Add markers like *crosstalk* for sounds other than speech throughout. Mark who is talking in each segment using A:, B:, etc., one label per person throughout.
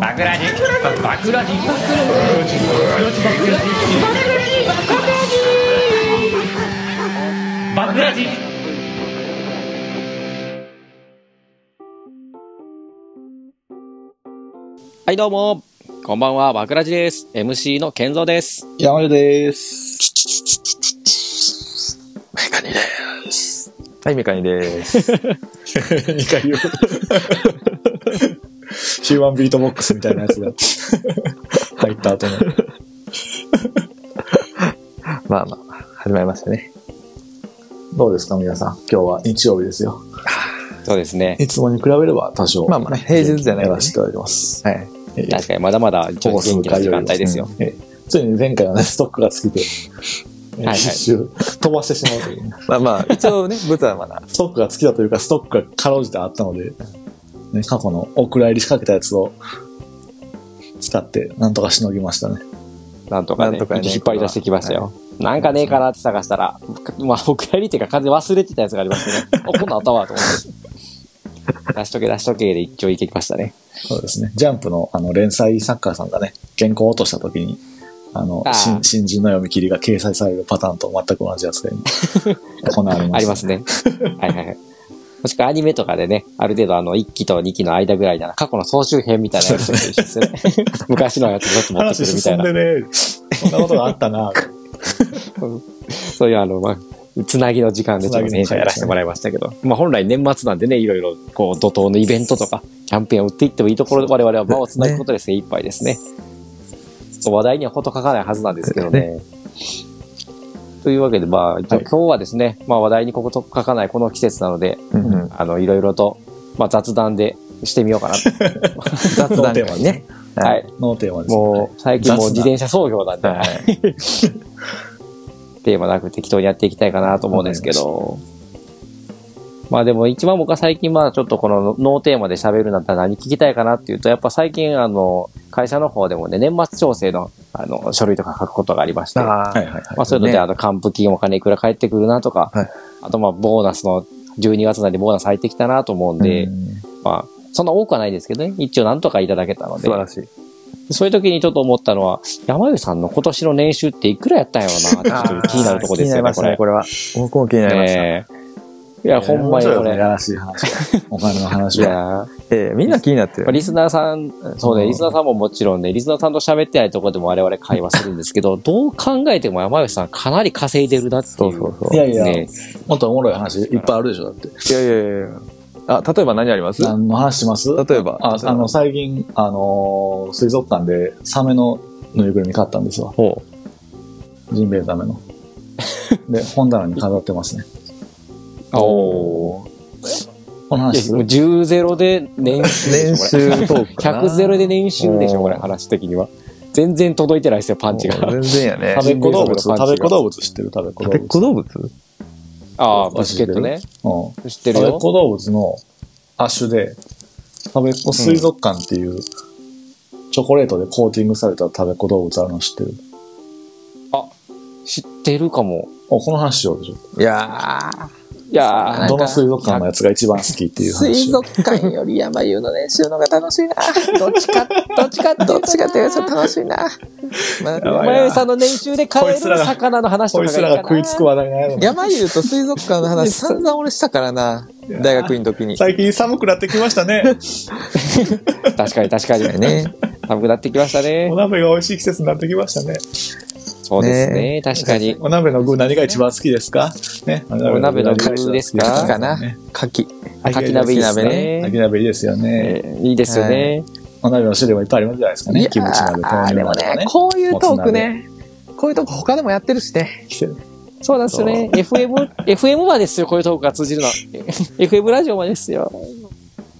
A: バクラジバクラジバクラジ
B: はい、どうも。こんばんは、バクラジです。MC の健三です。
C: 山根です。
D: はい、メカニです。
C: 二回言 *laughs* う。ヒューマンビートボックスみたいなやつが入った後の。
D: まあまあ、始まりましたね。
C: どうですか皆さん。今日は日曜日ですよ。
B: そうですね。
C: いつもに比べれば多少。
D: まあまあ平日じゃない
C: やらせていただいてます。
D: はい。
C: ええ
B: 確かにまだまだ一応元気な時間帯ですよ。。
C: ええついに前回はね、ストックが尽きて、ええ
B: はいはい
C: 一周飛ばしてしまうというね、
D: まあまあ、一応ね、ブツはまだ。
C: ストックが尽きたというか、ストックがかろうじてあったので、ね、過去のお蔵入り仕掛けたやつを使って、なんとかしのぎましたね。
B: なんとか
D: な
B: ね、
D: んとかね
B: 引っ張り出してきましたよ。なんかねえかなって探したら、まあ、お帰りっていうか完全に忘れてたやつがありま *laughs* したね。あ、こんなんあったわ、と思って。出しとけ、出しとけで一応いけましたね。
C: そうですね。ジャンプのあの連載サッカーさんがね、原稿を落とした時に、あの
B: あー
C: 新、新人の読み切りが掲載されるパターンと全く同じやつ
B: *laughs*
C: が今、行われました。
B: ありますね。はいはいはい。もしくはアニメとかでね、ある程度あの、1期と2期の間ぐらいなら、過去の総集編みたいなやつと一緒ですよね。 *laughs* 昔のやつちょっと持って
C: 話
B: くるみた
C: 進
B: い
C: ん
B: な。
C: でね、そんなことがあったな、
B: そういうあの、まあ、つなぎの時間でちょっと電車やらせてもらいましたけど、まあ本来年末なんでね、いろいろこう怒涛のイベントとか、キャンペーンを打っていってもいいところで我々は場をつなぐことで精一杯ですね。話題にはほと書かないはずなんですけどね。というわけで、まあ、一応
C: はい
B: 今日はですね、まあ話題にこと書かないこの季節なので、
D: うんうん。
B: あの、いろいろと、まあ雑談でしてみようかなと。
D: 雑
C: ノー
D: 談
C: テーマ
D: 会ね。
B: は
D: はいい。
C: ノーテーマです。
B: もう、最近も
C: 雑
B: う
C: 談
B: 自転車操業なんで、
D: はい。
B: テーマなく適当にやっていきたいかなと思うんですけど。まあでも一番僕は最近まあちょっとこのノーテーマで喋るんだったら何聞きたいかなっていうと、やっぱ最近あの、会社の方でもね、年末調整のあの、書類とか書くことがありまして、ま
D: あ
C: はいはいはい。
B: あそういうので
D: ね
B: あの、還付金お金いくら返ってくるなとか、
D: はい
B: あとまあボーナスの、12月なんでボーナス入ってきたなと思うん
D: ー
B: で、
D: うん
B: まあ、そんな多くはないですけどね、一応なんとかいただけたので
D: 素晴、らしい。
B: そういう時にちょっと思ったのは、山湯さんの今年の年収っていくらやったんやろうなって、ちょっと気になるところですよね、
D: 気になりまし
B: こ
D: たね、
B: れ。
D: これは。僕も気になりました。え
B: ねえいや、ほんまにこ
C: 面白いよ
B: れ。
C: ね
B: い
C: やらしい話。お金の話
B: や
C: は。
B: ー
D: ーみんな気になって
B: まあ
D: る。
B: リスナーさん、そうね、
C: うん
B: リスナーさんももちろんね、リスナーさんと喋ってないとこでも我々会話するんですけど、どう考えても山吉さんかなり稼いでるなっていう。
D: そうそうそう。
C: い
D: い
C: やいや、
B: ね
C: もっとおもろい話いっぱいあるでしょ、だって。
D: やいやいやいやあ、例えば何あります例
C: 何の話します
D: えば。
C: ああの、最近、あのー水族館でサメのぬいぐるみ買ったんですわ。
D: ほう。
C: ジンベエザメの。で、本棚に飾ってますね。
B: おー
C: この
B: い
C: 話
B: や、
C: す
B: もう
C: る
B: 10ゼロで年収で
D: *laughs* 年
B: しょ。こ
D: 収トーク
B: れ
D: かな。
B: 100ゼロで年収でしょ、これ、
D: おー
B: 話的には。全然届いてないですよ、パンチが。
D: 全然やね。
C: 食べっ子動物、
B: ジンベエザメのパンチが
C: 食べっ子動物知ってる食べっ子動
D: 食べっ子
C: 物。
D: 動物
B: ああ、バスケットね。
C: うん
B: 知ってる
C: 食べっ
B: よ。
C: 子動物の亜種で、食べっ子水族館っていう、チョコレートでコーティングされた食べっ子動物あるの知ってる。
B: 知ってるかも。
C: お、この話しようでしょ。
D: いや
B: いやー
C: どの水族館のやつが一番好きっていう話。
E: 水族館より山湯の練習の方が楽しいな。どっちか、どっちか、どっちかっていうと楽しいな。
D: ー。まあ
C: やばいな
B: 前さんの年収で買える
C: こいつらが
B: 魚の話と
C: こ
B: か
C: い
B: がい
C: つ
B: い
C: ら
B: か
C: が
B: な
C: 食いつく話題ないのに。
D: 山湯と水族館の話散々俺したからな。大学院の時に。
C: 最近寒くなってきましたね。 *laughs*
B: 確かに確かに。
D: ね。
B: 寒くなってきましたね
C: *laughs* お。鍋が美味しい季節になってきましたね。
B: そうですね。確かに。
C: お鍋の具何が一番好きですかね。お
B: お鍋の具ですか
D: かな
C: ね。
D: 牡蠣。
B: かき鍋いいです
D: かき
C: か
B: ね。
C: き鍋いいですよね。
B: えーいいですよね。
C: お鍋の種類もいっぱいありますじゃないですか
D: い
C: ね。
D: やー
C: キムチ鍋、豆
D: あー
C: 乳
D: でも
C: 鍋とか
D: ね
C: ね、。
D: こういうトークね。こういうトーク他でもやってるしね。
C: 季節
B: そうなんですよね。FM、FM はですよ、こういうトークが通じるのは。FM *laughs* ラジオはですよ。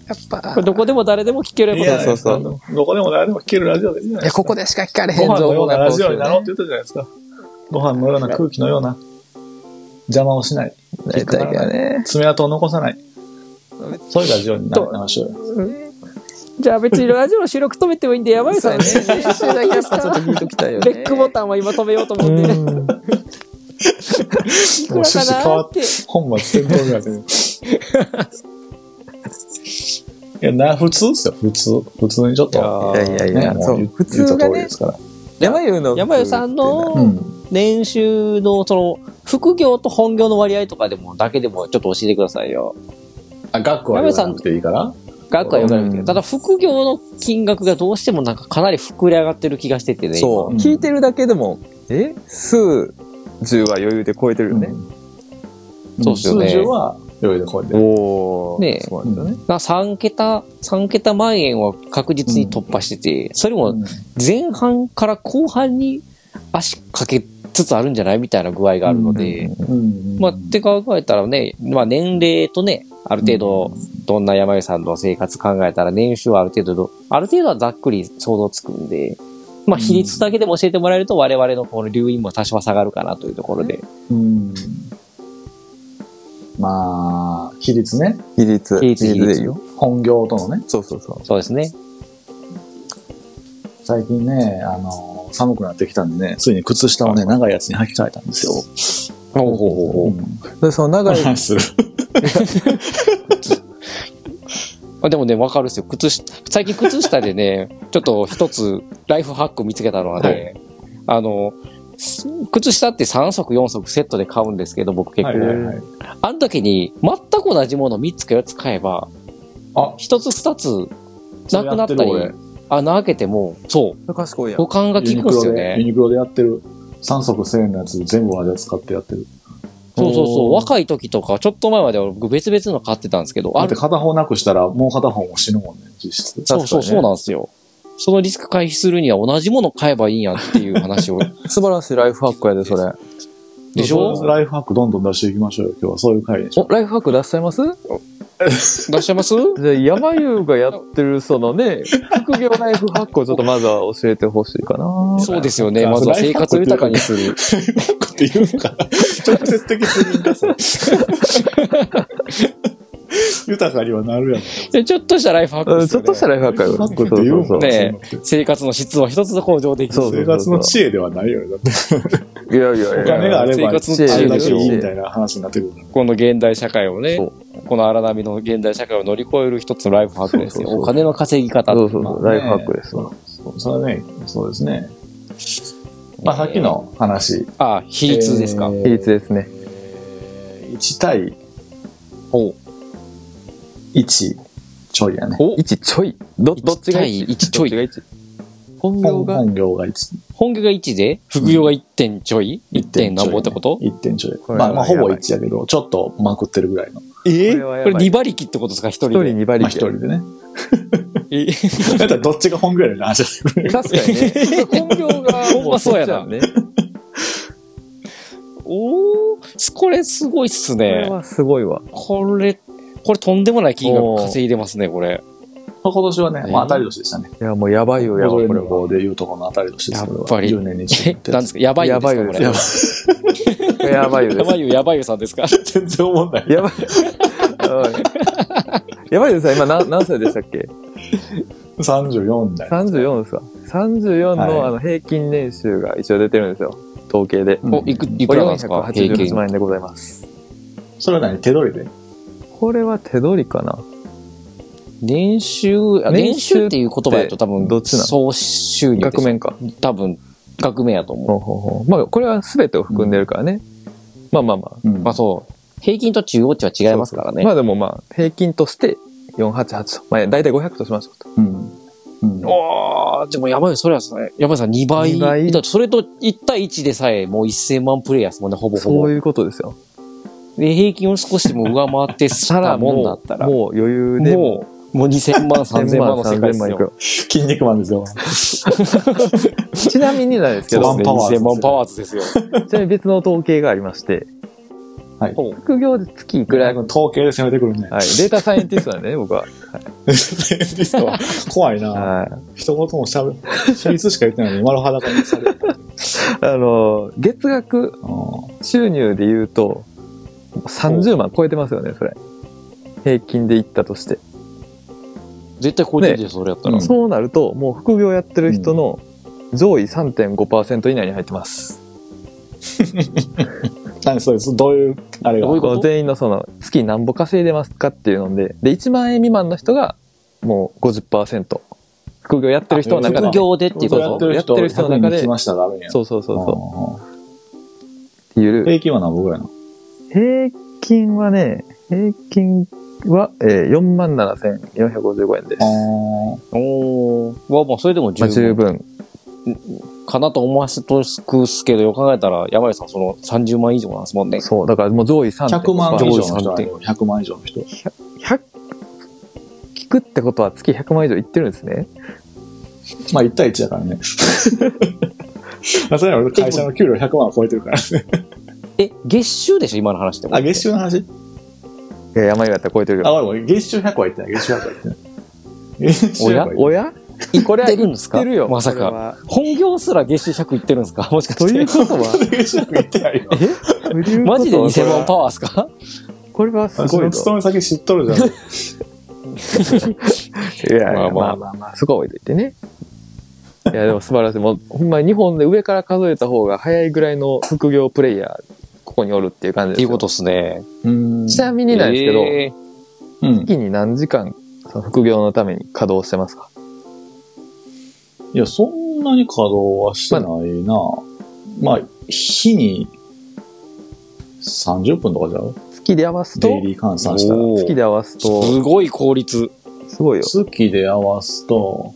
E: やっぱ
B: これ、どこでも誰でも聞けること
C: いや
B: です
D: そうそう
C: どこでも誰でも聞けるラジオでいいじゃない
E: い
C: で
E: や、
C: すか。
E: ここでしか聞かれへ
C: ご
E: ん
C: 飯の
E: 情
C: よ
E: 報
C: うな
E: が
C: ラ
E: 楽し
C: ジ
E: い
C: オになろう
E: よ
C: って
E: ね。
C: 言ったじゃないですか。ご飯のような空気のような。邪魔をしない。
D: 大体がね。
C: 爪痕を残さない。そういうラジオになりましょうよ。
B: じゃあ別にラジオの収録止めてもいいんで、やばいです *laughs* よね。
D: 練 *laughs* 習だけやっぱちょっと見ときたいよ
B: レ
D: ね
B: ッ。クボタンは今止めようと思ってる。 *laughs* いく
C: もう
B: ら
C: 趣
B: か
C: 旨変
B: な
C: わ
B: ー
C: っ
B: って
C: て。、本末転倒ぐらいで。いやな、普通ですよ、普通。普通にちょっと。
D: いやいやい
C: ね
D: や、
C: も
D: そう、
C: 言っ
D: 普通
C: 言った
D: が
C: 通り
D: ね
C: で、すから。
D: 山湯の。
B: 山代さん
C: う
B: の
C: ん。
B: 年収の、その、副業と本業の割合とかでも、だけでもちょっと教えてくださいよ。
C: あ、学校は言わなくていいから
B: 額はよくないけ
D: う
B: ど、
D: ん
B: ただ副業の金額がどうしてもなんかかなり膨れ上がってる気がしててね。
D: そう、
C: うん
D: 聞いてるだけでも、え数十は余裕で超えてるよね。
C: ん
B: そうっすよね
C: 数十は、余裕でこうやって。
D: おー
B: ねえ
D: そうなんですよね。
B: 今。3桁、三桁万円は確実に突破してて、それも
C: うん
B: 前半から後半に足かけつつあるんじゃないみたいな具合があるので、
C: うん
B: まあ、って考えたらね、まあ年齢とね、ある程度、どんな山井さんの生活考えたら年収はある程度ど、ある程度はざっくり想像つくんで、まあ比率だけでも教えてもらえると我々のこの留飲も多少は下がるかなというところで。
C: うんまあ、比率ね。
D: 比率。
B: 比率
D: でいいよ。
C: 本業とのね。
D: そうそうそう。
B: そうですね。
C: 最近ね、あの、寒くなってきたんでね、ついに靴下をね、長いやつに履き替えたんですよ。
B: ほうほう
C: う
B: ほ
C: ん
D: で、その長い、
C: 話する。
B: う。でもね、わかるですよ。靴下、最近靴下でね、 *laughs* ちょっと一つライフハック見つけたのはね、あの、す靴下って3足4足セットで買うんですけど、僕結構。
C: い。
B: あの時に全く同じもの3つか4つ買えば、
C: あ
B: 一つ二つなくなった
C: それ
B: り
C: やってる、
B: 穴開けても、そう、
D: 賢いやん
B: 保。管が効くんですよね
C: ユ。ニクロでやってる。3足1000円のやつ全部同じやつ買ってやってる。
B: そうそうそう。
C: おー
B: 若い時とか、ちょっと前までは僕別々の買ってたんですけど、
C: だ
B: あ
C: って
B: る。
C: 片方なくしたらもう片方も死ぬもんね、実質。
B: そうそ
D: 確かに
B: う、
D: ね
B: そうなんですよ。そのリスク回避するには同じもの買えばいいんやっていう話を。
D: 素晴らしいライフハックやで、それ。
B: でし
C: そ
B: ょ
C: うライフハックどんどん出していきましょうよ、今日は。そういう回でしょ。
D: お、ライフハック出しちゃいます
B: いらっしゃいます
D: で、山優がやってる、その *laughs* ね、副業ライフハックをちょっとまずは教えてほしいかな。
B: そうですよね。
C: なんか
B: まずは生活を豊かにす
C: *laughs*
B: る。
C: っていうか、直接的すぎんだ、それ。 *laughs* 豊かにはなるやん。
B: でちょっとしたライフハック
D: う
B: で
D: ん
B: す
D: ちょっ
B: よ、ね。
D: としたライフハックや
C: ハック
D: で。
C: って言うもんそ
B: ね
C: ういうのって
B: 生活の質を一つ向上できる。
D: そう
C: 生活の知恵ではないよね。だって
D: いやいやいや。
C: お金があれば、
B: 生活の
D: 知
C: あ
D: 恵
C: れ
D: で
C: だ
D: し
C: け
D: ょ
C: いいみたいな話になってくるから。
B: この現代社会をね
D: そう、
B: この荒波の現代社会を乗り越える一つのライフハックです
D: そう
B: よ。
D: そうそう
B: お金の稼ぎ方
D: そうそうそ
C: まあ
D: う、
C: ね
D: ライフハックですわ。
C: そうそれはね、そうですね。まあ、さっきの話。
B: あ、比率ですか。
C: えー
D: 比率ですね。
C: えー1対
B: お
C: 1ちょいやね。
B: お
D: 1ちょい。ど、どっちが
B: 1対1ちょい
D: どっちが1本業
C: 本
D: が、
C: 本業が1。
B: 本業が1で、副業が1点ちょい、?1 点なんぼってこと、
C: ?1 点ちょい。
D: これ
C: ま
D: は
C: あ、まあ、
D: やば
C: ほ
D: い
C: ぼ1やけど、ちょっとまくってるぐらいの。
B: え
D: これはやばい
B: これ2馬力ってことですか ?1 人
D: 1
B: で。
D: 人2馬
C: まあ、一
D: 力。
C: 人でね。 *laughs*
B: え *laughs*
C: だったらどっちが本業やねんな話してくれる。
D: 確かにね。本業が、
B: ほんまそうやな
D: もこっちね。
B: おー、これすごいっす
D: これ
B: ね。
D: はすごいわ。
B: これ、これとんでもない金額稼いでますね、これ。
C: まあ今年はね、まあ、当たり年でしたね。
D: いや、もうやばいよ、やば
C: 踊
D: い。
C: れ
D: これ
C: る
D: は。
C: 方で言うとこの当たり年ですけど、
B: やっぱり
C: 10年に一年
B: え
C: っ、て
B: なんですかやばいよですか
D: やばいよ
B: これ。
D: ややばいよ
B: や
D: で
B: ば
D: す。
B: いよ、やばいよさんですか
C: *laughs* 全然思んない。
D: やばい。やばいです。今何、何歳でしたっけ
C: 34代。
D: ?34 ですか ?34
C: はい
D: のあの平均年収が一応出てるんですよ。統計で。
B: お、いく、いくらなんですか平
D: 488
B: 均。
D: 万円でございます。
C: それは何手取りで
D: これは手取りかな
B: 年収、あ年
D: 年収
B: 収っていう言葉やと多分、
D: どっちなの
B: 総収入です
D: 額面か。
B: 多分、額面やと思
D: ほうほうほうまあ、これは全てを含んでるからね。まあまあまあ。
C: う
B: う。
C: ん
B: まあそう。平均と中央値は違いますからね。
D: まあでもまあ、平均として488と。まあ、大体500としましょうと。
C: うん。うん。
B: おーでもやばいよ、それはさ、やばいさ、2倍。
D: 二倍
B: だってそれと1対1でさえもう1000万プレイヤーですもんね、ほぼほ
D: そ
B: ぼ
D: う。いうことですよ。
B: で、平均を少しでも上回ってした
D: た
B: ら
D: ら
B: も
D: も
B: ん
D: う、
B: だったら、
D: *laughs*
B: も
D: もう余裕
B: う、
D: で。
B: もう2000万、3000万の
D: *laughs*
B: 世界で
D: 3000
B: す
D: 万い
B: よ
D: く。よ
C: 筋肉マンですよ。
D: ちなみになんですけ
C: ワ
D: ど
C: ン、パワーズ
B: 2000万パワーズですよ。
D: ちなみに別の統計がありまして、
C: はい
B: ほう
D: 副業で月いく
C: ぐら
D: ら、
C: い *laughs* 統計で攻めてくるね。
D: はい、データサイエンティストなんで
B: *laughs*
D: ね、僕は。
C: リストは怖いな。
D: はい。
C: 一言もしゃべ、秘密しか言ってないのに丸裸にされる。
D: あの、月額収入で言うと、30万超えてますよね、それ。平均でいったとして。
B: 絶対超えてるで、それやったら。
C: うん
D: そうなると、もう副業やってる人の上位3.5%以内に入ってます。
C: 何それ、どういう、あれが
B: どうい。うこと
D: 全員のその、月何ぼ稼いでますかっていうので、で、1万円未満の人がもう50%。副業やってる人の中で。
B: 副業でっていう
D: そ
B: こ
D: う
B: と
D: そうやってる人の中
C: 100人
D: で
C: 来、ましたらダメや。
D: そうそうそうそ。
C: そう
D: いう
C: 平均は何ぼぐらいなの
D: 平均はね、平均は、えー、47,455円です。
C: あ
B: おー。わ、もうそれでも十
D: まあ、十
B: 分
D: 分。
B: かなと思わせとくすけど、よく考えたら、山井さんその30万以上なんですもんね。
D: そう。だからもう上位3
C: 100万以
B: 以
C: 上
B: 上
C: の人
B: の人
C: は
B: はね
C: 100万以上の人。
D: 100聞くってことは月100万以上いってるんですね。
C: まあ1対1だからね。あそれは俺会社の給料100万を超えてるから。
B: え、月収でしょ今の話って。
C: あ、月収の話
D: いや、山井がやったら超えてる
C: あ、
D: よ。
C: 俺も月収100は言ってない。月収100は言ってない。月収
B: お
C: 100
B: や
C: は言っ
D: おや
B: これは言ってるんです
D: 言
B: か
D: ってるよ。
B: まさ
D: これ
B: か。
D: は。
B: 本業すら月収100いってるんですかもしか
D: と
B: し
D: いう
B: て。
D: こと
B: *laughs*
D: は、
C: てない。月収100言ってないよ。
D: え
B: マジで2000万パ
D: ー
B: ワーですか
D: これはす
C: 私
D: ごい
C: の
D: ぞ。
C: 勤め先知っとるじゃん。
D: いやいや、
B: ま
D: ま
B: あ
D: あ
B: ま
D: ま
B: あ
D: あまあまあ、そこは置いといてね。いや、でも素晴らしい。もう、ほんまに日本で上から数えた方が早いぐらいの副業プレイヤー、ここにおるっていう感じ
B: っ
D: で
B: て
D: す
B: い
D: よ。
B: うことっすね。
C: うん
D: ちなみになんですけど、
B: えー
C: うん。
D: 月に何時間、その副業のために稼働してますか
C: いや、そんなに稼働はしてないな。まあ、日に30分とかじゃう
D: 月で合わすと
C: デイ、リー換算したら。
B: おー
D: 月で合わすと、
B: すごい効率。
D: すごいよ。
C: 月で合わすと、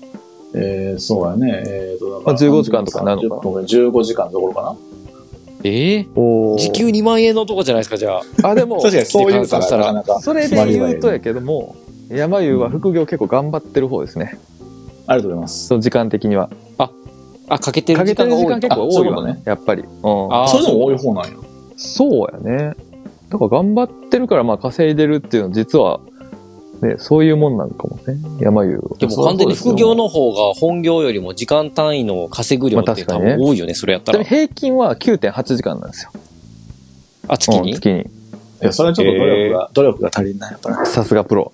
C: えー、そうやね。えーと、だから
D: まあ15時間とかなのかな
C: 30分15時間のところかな。
B: ええ
D: おー
B: 時給2万円のとこじゃないですか、じゃあ。
D: あ、でも、
C: 確かにそういう
B: 換算したら
C: なかなか
D: それで言うとやけども、山優は副業結構頑張ってる方ですね。
C: ありがとうございます。
D: その時間的には。
B: あ、かけてる
D: かけ
B: 時
D: て
B: 間
D: る
B: が
D: 時
B: 多
D: 間
B: いと
D: 結。構多いよ
C: あそういうこと
D: ね。やっぱり。うん。
B: あー
C: それでも多い方なんや。
D: そうやね。だから頑張ってるから、まあ稼いでるっていうのは実は、ね、そういうもんなんかもね。山優は。
B: でも完全に副業の方が本業よりも時間単位の稼ぐ量って多分多いよね、それやった
D: で
B: ら
D: も。平均は9.8時間なんですよ。
B: あ、月
D: うん
B: に
D: 月に。
C: いや、それはちょっと努力が、努力が足りんない。やっぱな。
D: さすがプロ。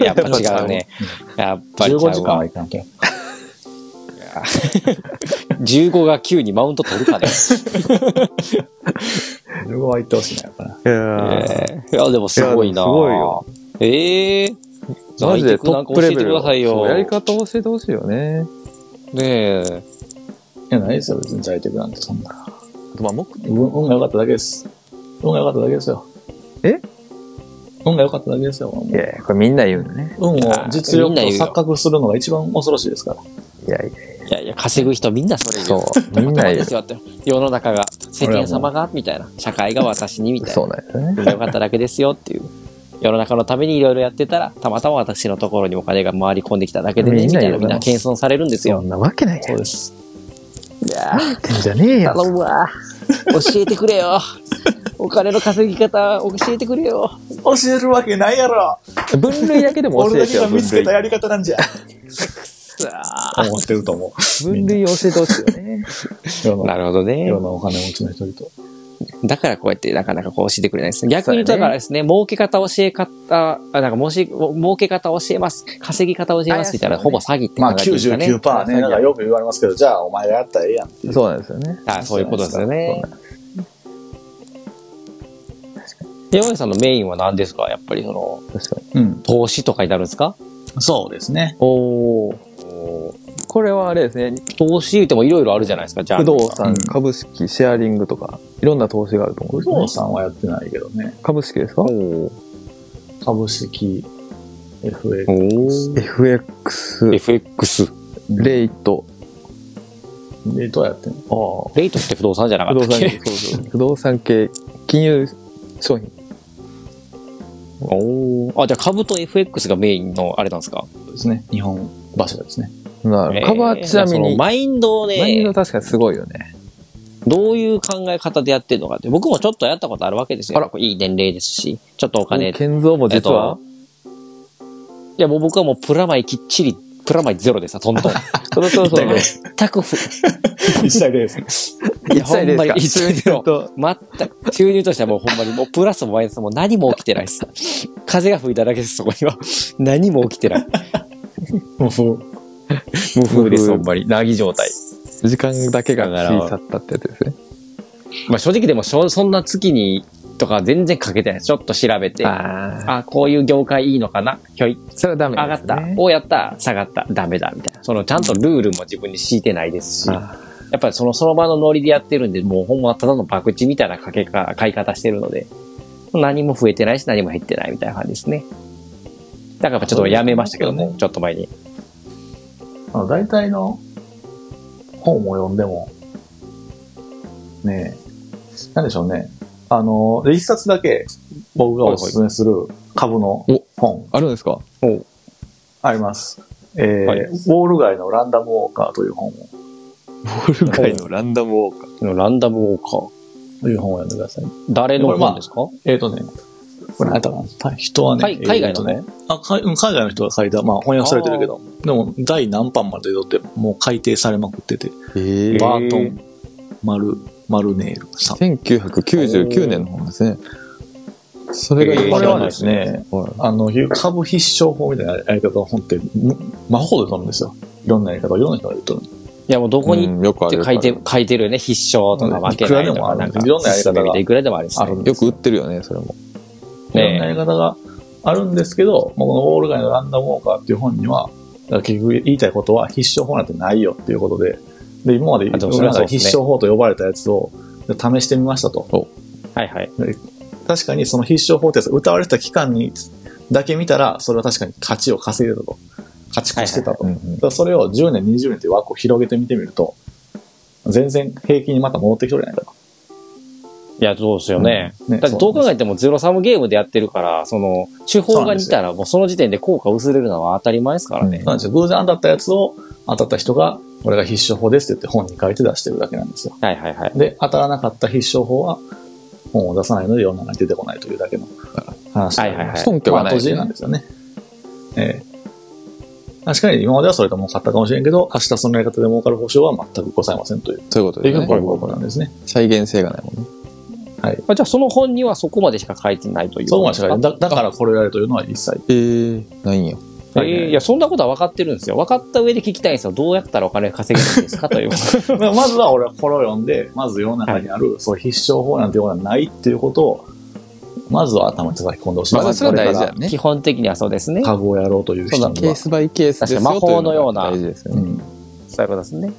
B: やっぱ違う
D: *laughs*
B: ね。やっぱり違う
C: 15
B: わ
C: 時間はいかんけん。
B: 15が9にマウント取るかね。
C: 15は行ってほしいな、やっぱな。
D: いや
B: えーいや、でもすごいな。
D: いやでもすごいよ。
B: ええー。
D: マジでトップレベル
B: なんか教えてくださ
D: そ
B: いよ。
D: うやり方教えてほしいよね。
B: ねえ。
C: いや、ないですよ、別に在宅なんて、そんな。
D: あとまあ目的
C: 運運が良かっただけです。運が良かっただけですよ。
D: え
C: 運が良かっただけですよ。もう
D: いやいやこれみんな言うのね。
C: 運を実
B: み
C: 力
B: んな
C: と
B: 言うよ
C: 錯覚するのが一番恐ろしいですから。
D: いやいや、
B: いやいや、稼ぐ人みんなそれ言う。
D: そう。みんな言
B: 頭で
D: う
B: す。よって。世の中が、世間様が、みたいな。社会が私に、みたい
D: そ
B: な
D: う。なんですね。
B: 良かっただけですよっていう。世の中のためにいろいろやってたら、たまたま私のところにお金が回り込んできただけでね、
D: み
B: み
D: んな
B: た
D: 言
B: いうな、
D: よ
B: みんな謙遜されるんです
D: そ
B: よ。
D: んなわけない
C: そうです。
B: いやー
D: てんじゃねえよ。
B: 頼むわ。教えてくれよ。お金の稼ぎ方、教えてくれよ。
C: 教えるわけないやろ
D: 分類だけでも
C: 俺
D: 教え
C: だ
D: て
C: け
D: よ。
C: が見
D: 分
C: つけ
D: 類
C: た。やり方なんじゃ。
B: さ
C: *laughs* 思ってると思う。
D: 分類を教えてほしいよね。
C: 世
B: あ
C: の
B: なるほどね
C: 世。のお金持ちの人々。
B: だからこうやってなかなかこう教えてくれないですね。逆に言うと
D: そう
B: だ
D: やね
B: からですね、儲け方教え方、あ、なんかもし、儲け方教えます。稼ぎ方教えますみたいな、
D: 怪しいよね
B: ほぼ詐欺って
C: まあ
B: 感じですかね。
C: 99%ね、なんかよく言われますけど、じゃあお前がやったらええやんっていう。
D: そうなんですよね。
B: あそういうことですよね。山口さんのメインは何ですかやっぱりその、
D: 確かに。
C: うん。
B: 投資とかになるんですか
C: そうですね。
D: おお。これはあれですね。
B: 投資言うてもいろいろあるじゃないですか、じゃあ。
D: 不動産、
C: うん
D: 株式、シェアリングとか、いろんな投資があると思うん
C: 不
D: ですね、
C: 動産はやってないけどね。
D: 株式ですか
C: 株式、FA、
B: お
D: ?FX、
B: FX。
D: レイト。
C: で、どうやってんの
D: ああ。
B: レイトって不動産じゃなか
D: 不
B: っ
D: 動
B: たっ
D: 産系、
B: け
D: そうそう不動産系、金融商品。
B: おーあ、じゃあ株と FX がメインのあれなんですか
C: そうですね。日本柱ですね。 *laughs*
D: なる株は
B: えー
D: ちなみ
B: その
D: に、
B: マインドを
D: マインド
B: ね、
D: 確かにすごいよね。
B: どういう考え方でやってるのかって、僕もちょっとやったことあるわけですよ。
D: あら
B: いい年齢ですし、ちょっとお金。い
D: 建造も実は、
B: や、もう僕はもうプラマイきっちり、プラマイゼロでさ、トン *laughs* トン。
D: そうそうそう。
B: 全くふ、
C: 一体です。
D: 1対0
B: ほんまに
D: ですか。
B: 1対0
D: と
B: 全く、収入としてはもうほんまに、もうプラスもマイナスも何も起きてないです。風が吹いただけです、そこには。何も起きてない。
C: もう、
B: 無
D: 風ですほん
B: まに。なぎ状態。
D: 時間だけが過ぎ去ったってやつですね。
B: まあ正直でも、しょそんな月にとか全然書けてないです。ちょっと調べて、あ
D: ああ。
B: あ、こういう業界いいのかなひょい。
D: それはダメ
B: 上が
D: で
B: っ
D: す
B: た
D: ね。。
B: をやった。下がった。ダメだ。みたいな。そのちゃんとルールも自分に敷いてないですし、や
D: あ
B: っぱりそのその場のノリでやってるんで、もうほんまただの博打みたいなかけか、買い方してるので、何も増えてないし何も減ってないみたいな感じですね。だからちょっとやめましたけども、ちょっと前に。
C: あの大体の本を読んでも、ねえ、なんでしょうね。あの、で一冊だけ僕がおすすめする株の本
D: あるんですか
C: あります。えー
B: はい
C: ウォール街のランダムウォーカーという本を、
D: ボール界のランダムウォーカー。
B: ランダムウォーカー。
C: という本を読んでください。
B: 誰の本ですか、
C: えっ、ー、とね、これ何やったかなた人はね、
B: 海
C: え
B: 海外の
C: ーとねあ海うん海外の人が書いた、まあ翻訳されてるけど、でも第何版まで取って、もう改訂されまくってて、
D: え
C: バートン、マル、マルネールさん。
D: 1999年の本ですね。それが
B: えー
C: これ
D: 知ら
C: は
D: ない
C: ですね、
D: はい
C: あの、株必勝法みたいなやり方の本って、む魔法で取るんですよ。いろんなやり方、いろんな人が言ってる。
B: いや、もうどこに
D: う
B: 行っ
D: んよくあ
B: て
D: る
B: 書いて、書いてるよね。必勝と
C: うん
B: か負けない
C: いくらで
B: と
C: もあ
B: か、
C: る
B: なんか、
C: いろんなやり方が
B: 進めていくらでもあります
C: あ
B: ね
C: る。んで
D: よ
C: す
D: く売ってるよね、それも。
C: いろんなやり方があるんですけど、まあこのウォール街のランダムウォーカーっていう本には、だから結局言いたいことは必勝法なんてないよっていうことで、で、今まで
B: あでもそれはそうですね
C: 必勝法と呼ばれたやつを試してみましたと。
B: はいはい。
C: 確かにその必勝法ってやつが歌われてた期間にだけ見たら、それは確かに勝ちを稼いでたと。勝ち越してたと。だからそれを10年、20年という枠を広げて見てみると、全然平均にまた戻ってきとるじゃないか
B: いや、そうですよね。
C: と。ね
B: だってどう考えてもゼロサムゲームでやってるから、その、手法が似たらもうその時点で効果薄れるのは当たり前ですからね。
C: なんですよ。偶然当たったやつを、当たった人が、これが必勝法ですって言って本に書いて出してるだけなんですよ。
B: はいはいはい。
C: で、当たらなかった必勝法は、本を出さないので世の中に出てこないというだけの話でありまして
D: はいはいはい根拠がない
C: まあ、閉じなんですよね。ええ確かに今まではそれで儲かったかもしれんけど、明日そのやり方で儲かる保証は全くございませんという、
D: そういうこと
C: とい
D: で
C: う
D: す
C: ふう
D: ね
C: にこ。れ僕なんですね。
D: 再現性がないもんね。
B: まあ、じゃあその本にはそこまでしか書いてないという。
C: そう思いましただだからこれをやるというのは一切。
D: えー、ないんや。
B: えーいや、そんなことは分かってるんですよ。分かった上で聞きたいんですよ。どうやったらお金稼げるんですかという。
C: ま *laughs* あまずは俺はこれを読んで、まず世の中にある、そう必勝法なんていうことはないっていうことを、まずは頭に叩き込んでほしい。
D: まあ、それは大事だよね。
B: 基本的にはそうですね。
C: 株をやろうという人には。
D: ケースバイケースですよ
B: 確かに魔法のような
D: というのが大事ですよ
C: う
D: ね。
C: ん
B: そういうことですね。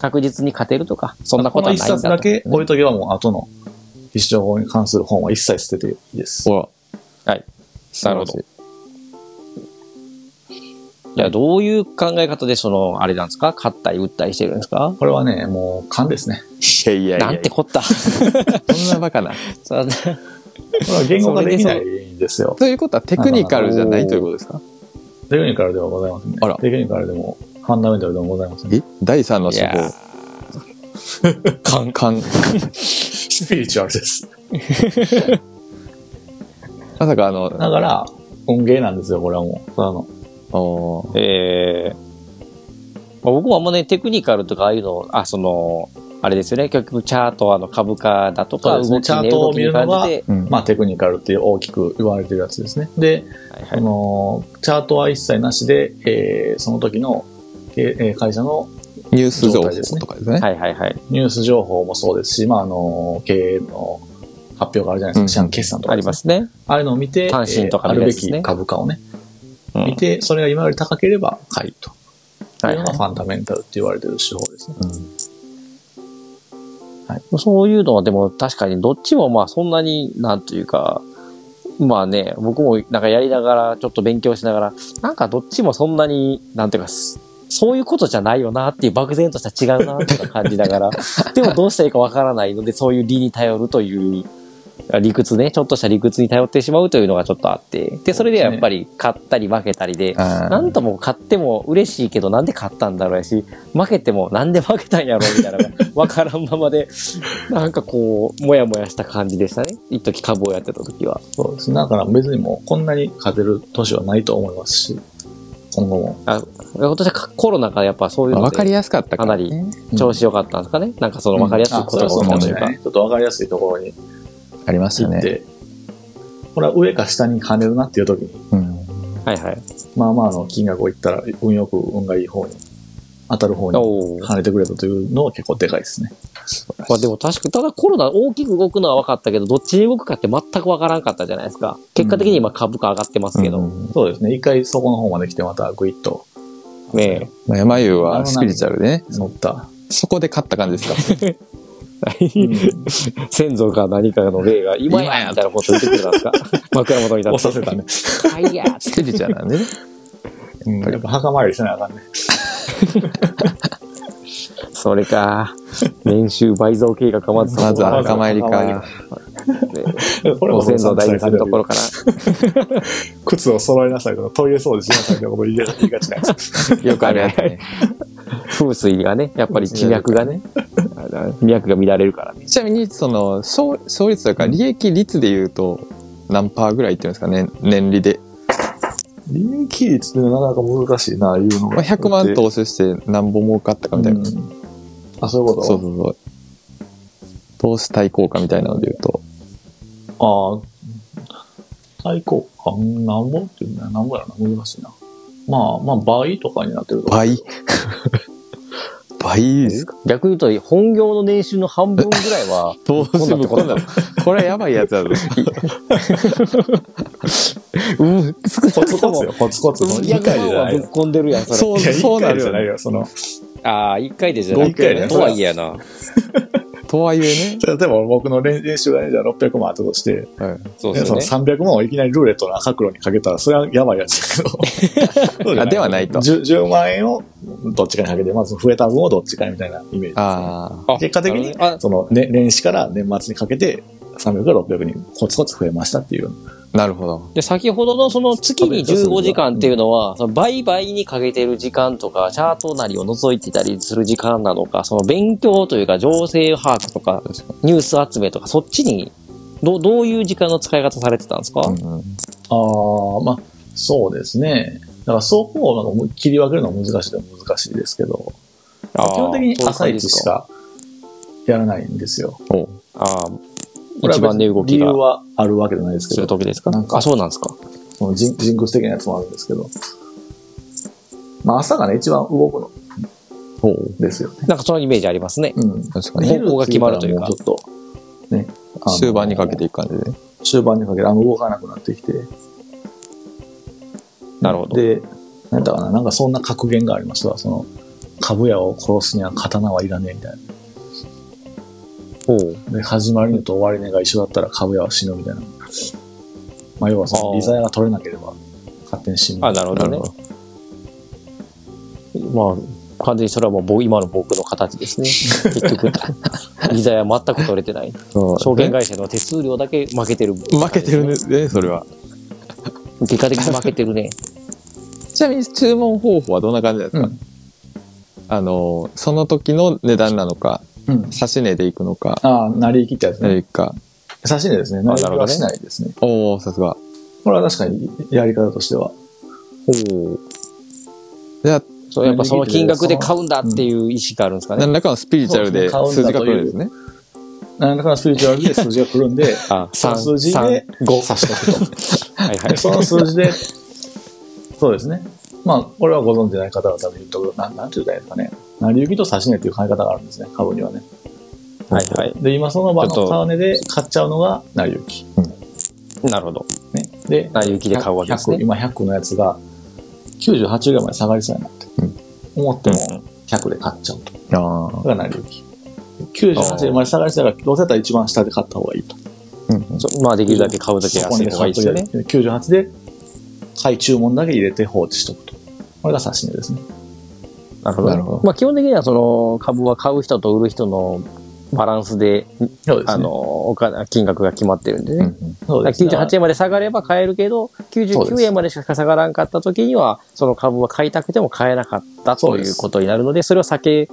B: 確実に勝てるとか、そんなこ
C: の
B: とは
C: 一
B: ないん
C: 冊
B: だ
C: だ
B: と。
C: け置いとけばもう後の必勝法に関する本は一切捨てていいです。
D: ほら。
B: はい。
D: なるほ
B: な
D: ど。
B: いや、どういう考え方で、その、あれなんですか勝ったり打ったりしてるんですか
C: これはね、もう勘ですね。
D: いやいやいや。
B: なんてこった。 *laughs*
D: そんなバカな。
B: そんな
C: これは言語化できないんですよ。
D: ということはテクニカルじゃないということですか
C: テクニカルではございませんね
D: あら。
C: テクニカルでも、ファンダメンタルでもございません、ね。
D: え第3の手
B: いや
D: 法。 *laughs* カンカン。
C: スピリチュアルです。
D: まさかあ
C: だ
D: の、
C: から、音芸なんですよ、これはもう。あの、
D: おー
B: ええまあ、僕もあんまね、テクニカルとかああいうの、あ、その、あれですよね、結局チャート、あの、株価だと
C: そ
B: か、
C: うですね
B: 動き
C: チャ
B: ね、
C: ートを
B: 動き
C: 見
B: に
C: るのが
B: 感じで、
D: うん
C: まあ、テクニカルって大きく言われてるやつですね。で、
B: はいは
C: あ
B: い
C: の、チャートは一切なしで、えーその時の、えー会社の
D: ニュース情報とかですね。
B: はいはいはい。
C: ニュース情報もそうですし、まあ、あの、経営の発表があるじゃないですか。
D: うん
C: 社決算と
B: あ
C: か
B: り
C: ですね、
B: ますね。
C: ああいうのを見て、
B: 単身とか
C: えーあ
B: 見る
C: る
B: や
C: べ
B: つですね
C: き株価をね、
B: うん
C: 見て、それが今より高ければ買いと。
B: は
C: いう
B: い
C: の
B: は
C: がファンダメンタルって言われてる手法ですね。
B: い。そういうのは、でも確かにどっちもまあそんなになんというか、まあね、僕もなんかやりながら、ちょっと勉強しながら、なんかどっちもそんなに、なんていうか、すそういうことじゃないよなっていう漠然とした違うなっていうのを感じながら、でもどうしたらいいかわからないので、そういう理に頼るという理屈ね、ちょっとした理屈に頼ってしまうというのがちょっとあって、で、それではやっぱり勝ったり負けたりで、
D: あー
B: なんとも勝っても嬉しいけどなんで勝ったんだろうやし、負けてもなんで負けたんやろうみたいなのがわからんままで、なんかこう、もやもやした感じでしたね。一時株をやってた時は。
C: そうですね。だから別にもうこんなに勝てる年はないと思いますし、今後も。
B: あ、今年はコロナがやっぱそういう
D: まあ
B: の
D: わかり
B: で
D: やすかったからね。
B: か
C: り
B: 調子良かったんですかね。なんかそのわかりやすいことが
C: あそう
B: 起
C: か
B: きた
C: もし
B: とい
C: れ
B: う
C: な
B: か
C: い。ね。ちょっとわかりやすいところに
D: ありました
C: 行っ
D: ね。
C: て、これは上か下に跳ねるなっていう時に、
D: うん。
B: はいはい。
C: まあまあの金額をいったら運よく運がいい方に当たる方に
B: おー
C: 跳ねてくれたというのは結構でかいですね。
B: まあでも確かに、ただコロナ大きく動くのは分かったけど、どっちに動くかって全く分からんかったじゃないですか。結果的に今株価上がってますけど。
C: うんそうですね。一回そこの方まで来て、またグイッと
B: ね
D: まあ、山湯はスピリチュアルでね、
C: 乗った。
D: そこで勝った感じですか。
B: え。先祖か何かの霊が、今やみたいなこと言ってくれたんですか枕元に立って。
C: 押させたね。
B: はいや
D: *laughs* スピリチュアルなんでね。
C: うんやっぱ墓参りせなあかんね。
B: それか。年収倍増計画はまずそこ
D: まずは
B: から
D: 墓参りか。
C: これ
B: ご
C: も
B: 先祖大事
C: さ
B: さんのところから。
C: 靴を揃えなさいとか、トイレ掃除しなさいとかこと言いが言いがちなん *laughs* です
D: *laughs* よくあるやつね。
B: 風水がね、やっぱり地脈がね、脈が乱れるからね。
D: ちなみに、その、勝勝率というか、利益率で言うと、何パーぐらいいってるんですかね、年利で。
C: 利益率ってなかなか難しいな、言うの
D: まあ、
C: が。
D: 100万投資して何本儲かったかみたいな。
C: うんあ、そういうこと
D: そうそうそう。投資対効果みたいなので言うと、
C: ああ、最高か。うんなんぼっていうんだよ。なんぼやろな。難しいな。まあ、まあ、倍とかになってると。
D: 倍 *laughs* 倍ですか
B: 逆に言うと、本業の年収の半分ぐらいは、
D: 投資部
B: こ
D: こ
B: ん
D: ん
B: な
D: なこれやばいやつだぞ。
B: うん、少な
C: コ
B: く
C: ツ
B: と
C: コツよ
B: も、、
C: コツコツ。
B: 200万はぶっ込んでるやん、それ。
D: そう、そうなるよね。
C: よ。その、
B: ああ、1回でじゃ
C: なくてね
B: とはいえやな。
D: とはいえね。
C: 例えば僕の練習がね、じゃあ600万あったとして、
D: はい
B: そう
C: で
B: そ
C: そうの
B: ね。
C: 300万をいきなりルーレットの赤黒にかけたら、それはやばいやつだけどそうじゃ。
D: あではないと
C: 10, 10万円をどっちかにかけて、まず増えた分をどっちかみたいなイメージですね、
D: ああ。
B: あ
C: 結果的に
B: なるほどねあ
C: その、ね、年始から年末にかけて、300から600にコツコツ増えましたっていう。
D: なるほど。
B: で先ほどのその月に15時間っていうのは、その倍々にかけてる時間とか、チャートなりを覗いてたりする時間なのか、その勉強というか、情勢把握とか、
D: 確か
B: ニュース集めとか、そっちに、どうどういう時間の使い方されてたんですか、
D: に。うんうん
C: ああ、まあ、そうですね。だからそこをなんか切り分けるのは難しいでも難しいですけど、
B: あー
C: 基本的に朝一し
B: そういう
C: かやらないんですよ。
D: お
B: 感じですかあー一番値動き
C: 理由
B: が
C: はあるわけじゃないです
B: す
C: け
B: る
C: ど、
B: 時ですか
C: なんか
B: あ、そうなんですか
C: そのジンジンクス的なやつもあるんですけど、まあ朝がね、一番動くの
D: おう
C: ですよね。
B: なんかそのイメージありますね。
C: うん。
D: 確か
B: 方
D: に。
B: 向が決まるというか
C: 昼過ぎたらもうちょっと、ね。あの
D: 終盤にかけていく感じで。
C: 終盤にかけて、あの、動かなくなってきて。
B: なるほど
C: で、なんだかな、なんかそんな格言がありましたわその、株屋を殺すには刀はいらねえみたい
B: おう
C: な。で、始まりのと終わり値が一緒だったら株屋は死ぬみたいな。まあ、要はそ
B: あ
C: の、
B: ー
C: 利ザヤが取れなければ、勝手に死ぬ。
B: あ、なるほどね。まあ、完全にそれはもう僕今の僕の形で
C: *laughs*
B: すね。結局、 *laughs* 利ザは全く取れてない。証券会社の手数料だけ負けてる。
D: 負けてるね、ねそれは。
B: 結果的に負けてるね。
D: ちなみに注文方法はどんな感じなんですか、
C: うん
D: あの、その時の値段なのか、
C: うん。
D: 差し値でいくのか、
C: ああ、成り切ったやつね。
D: 何か。
C: 差し値ですね。
B: な
C: 成
B: る
C: り
B: ほ
C: 切
B: ど
C: りは
B: ね
C: しないですね。
D: おおさすが。
C: これは確かに、やり方としては。
B: お
D: じゃあ、
B: そうやっぱその金額で買うんだっていう意識があるんですかね。
D: 何らかのスピリチュアルで
C: そうで
D: 数
C: すね
D: 字が来るんですね。
C: なんだかのスピリチュアルで数字が来るんで、
B: あ、
C: その数字
B: 3、
C: で
B: 3、
C: 5差しとくと。
B: *laughs* はいはい
C: で。 *laughs* その数字で、そうですね。まあ、これはご存知ない方は多分言うと、ななんて言ったらいいですかね。成り行きと指し値っていう買い方があるんですね、株にはね。
B: はいはい。
C: で、今その場
B: ちょっ
C: の
B: と
C: 買う値で買っちゃうのが成り行き。
B: なるほど。
C: ね。で、
B: 成り行きで買うわけですね
C: 100今100のやつが、98ぐらいまで下がりそうになって、思っても100で買っちゃうと。
D: ああ
C: これが成り行き。98まで下がりそうだから、どうせだったら一番下で買った方がいいと。
B: そまあできるだけ買うだけ
C: そこ
B: 安
C: に
B: い方がいいですよね。
C: 買っといて98で、買い注文だけ入れて放置しとくと。これが指し値ですね。
B: なるほ
D: どなるほど
B: まあ基本的にはその株は買う人と売る人のバランスで、
C: そうですね。
B: あの、お金、金額が決まってるんでね。
C: そうですね。
B: 98円まで下がれば買えるけど、
C: そう
B: 99
C: です
B: 円までしか下がらんかった時には、その株は買いたくても買えなかった
C: そ
B: と
C: うで
B: い
C: す
B: うことになるので、それを避け、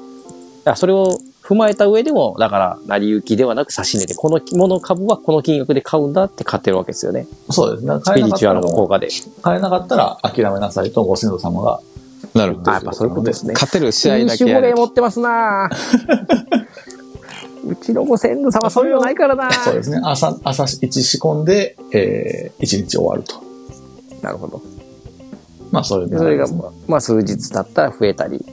B: あそれを踏まえた上でも、だから、成り行きではなく差し値で、このもの株はこの金額で買うんだって買ってるわけですよね。
C: そうですね。
B: ス
C: 買え
B: ピ
C: な
B: リ
C: かっ
B: チュ
C: た
B: ア
C: ら
B: ルの効果で。
C: 買えなかったら諦めなさいとご先祖様が。
D: なるほ
B: あ、
D: ど。
B: やっぱそういうことですね。
D: 勝てる試合
B: 優
D: だ
B: 秀
D: けや
B: ボレ
D: れ
B: ー持ってます *laughs* なぁうちのご先祖様そういうのないからなぁ
C: そうですね。朝、朝一仕込んで、えー、一日終わると。
B: なるほど。
C: まあそういう
B: でそれが
C: 流ですね、、
B: まあ、数日経ったら増えたり、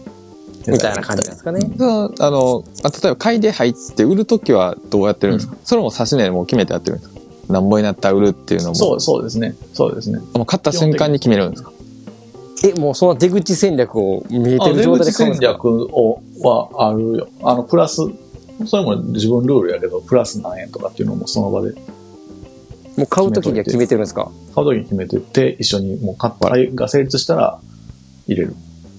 B: みたいな感じなんですかね。
D: そうあのあ例えば買いで入って売るときはどうやってるんですか、それも指値でもう決めてやってるんですかなんぼになったら売るっていうのも
C: そう、そうですね。そうですね。
D: もう買った瞬間に決めるんですか
B: え、もうその出口戦略を見えて
C: あ
B: る
C: 出
B: 状態で
C: 口
B: 買うん
C: 戦
B: ですか
C: 略をはあるよ。あの、プラス、それも自分ルールやけど、プラス何円とかっていうのもその場で、
B: もう買う時には決めてるんですか
C: 買う時に決めてって、一緒にもう買ったが成立したら入れる。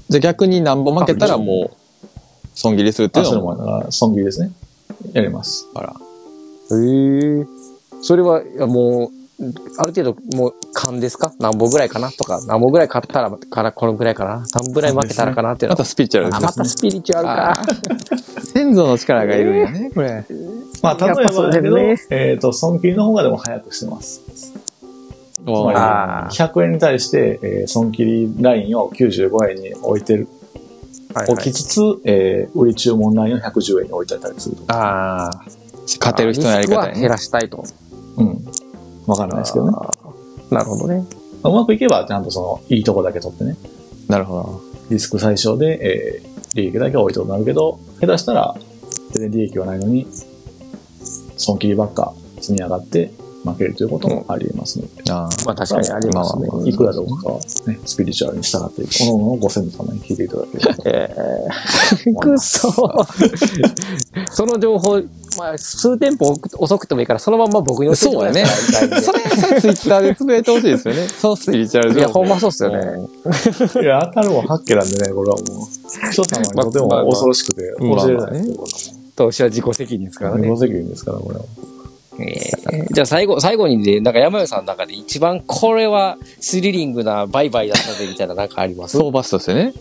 D: じゃあ逆になんぼ負けたらもう損切りするってい
C: あ
D: う
C: それ
D: のも
C: もだから損切りですね。やります。
B: へえ。それはいやもう、ある程度、もう、勘ですか何本ぐらいかなとか、何本ぐらい買ったら、から、このぐらいかな何本ぐらい負けたらかなっていうの
D: ま
B: は
D: たスピリチュアルで
B: あ
D: す
B: またスピリチュアルか。
D: 先祖の力がいるんやねこれ
C: まあ、例え
B: やっぱそ
C: ば
B: う
C: だけど、
B: です
C: えっ、と、損切りの方がでも早くしてます。つ
D: お
C: まり
D: ー
B: あー
C: 100円に対して、えー損切りラインを95円に置いてる、
B: はい
C: 置きつつ、えー売り注文ラインを110円に置いてたりするとか。
B: ああ。
D: 勝てる人のやり方
B: リスクは減
D: ね
B: らしたいと。
C: うん。わからないですけどね。
B: なるほどね。
C: うまくいけば、ちゃんとその、いいとこだけ取ってね、
D: なるほ
C: リスク最小で、えー利益だけは置いとくなるけど、下手したら、全然利益はないのに、損切りばっか積み上がって負けるということもあり得ますので。
D: どあ
B: まあ確かにありますね。
C: いくらどうかは、ね、スピリチュアルに従って、各々のご先祖様に聞いていただければと
B: えー、
C: 思い
B: く
C: ます。
B: そ。 *laughs* その情報、まあ、数店舗遅くてもいいから、そのまんま僕に
D: あ
B: 教えて
D: そう
B: く
D: や
B: だ
D: ね
B: さい。
D: それそれツイッターでつぶやいてほしいですよねそのスピリチュアル
B: *laughs* い
D: 情
B: や、
D: 報
B: ほんまそうっすよ
C: *laughs*
B: ね。
C: いや、当たるも八家なんでね、これはもう、人様にとても恐ろしくて、
D: まあまあ
C: 教えられないですよこ
B: 投資は自己責任です
C: れ
B: か
C: はもう。
B: らね
C: 無。責任ですから、これは。
B: えーじゃあ最後、最後にね、なんか山代さんの中で一番これはスリリングな売買だったぜみたいななんかあります
D: 相場師としてね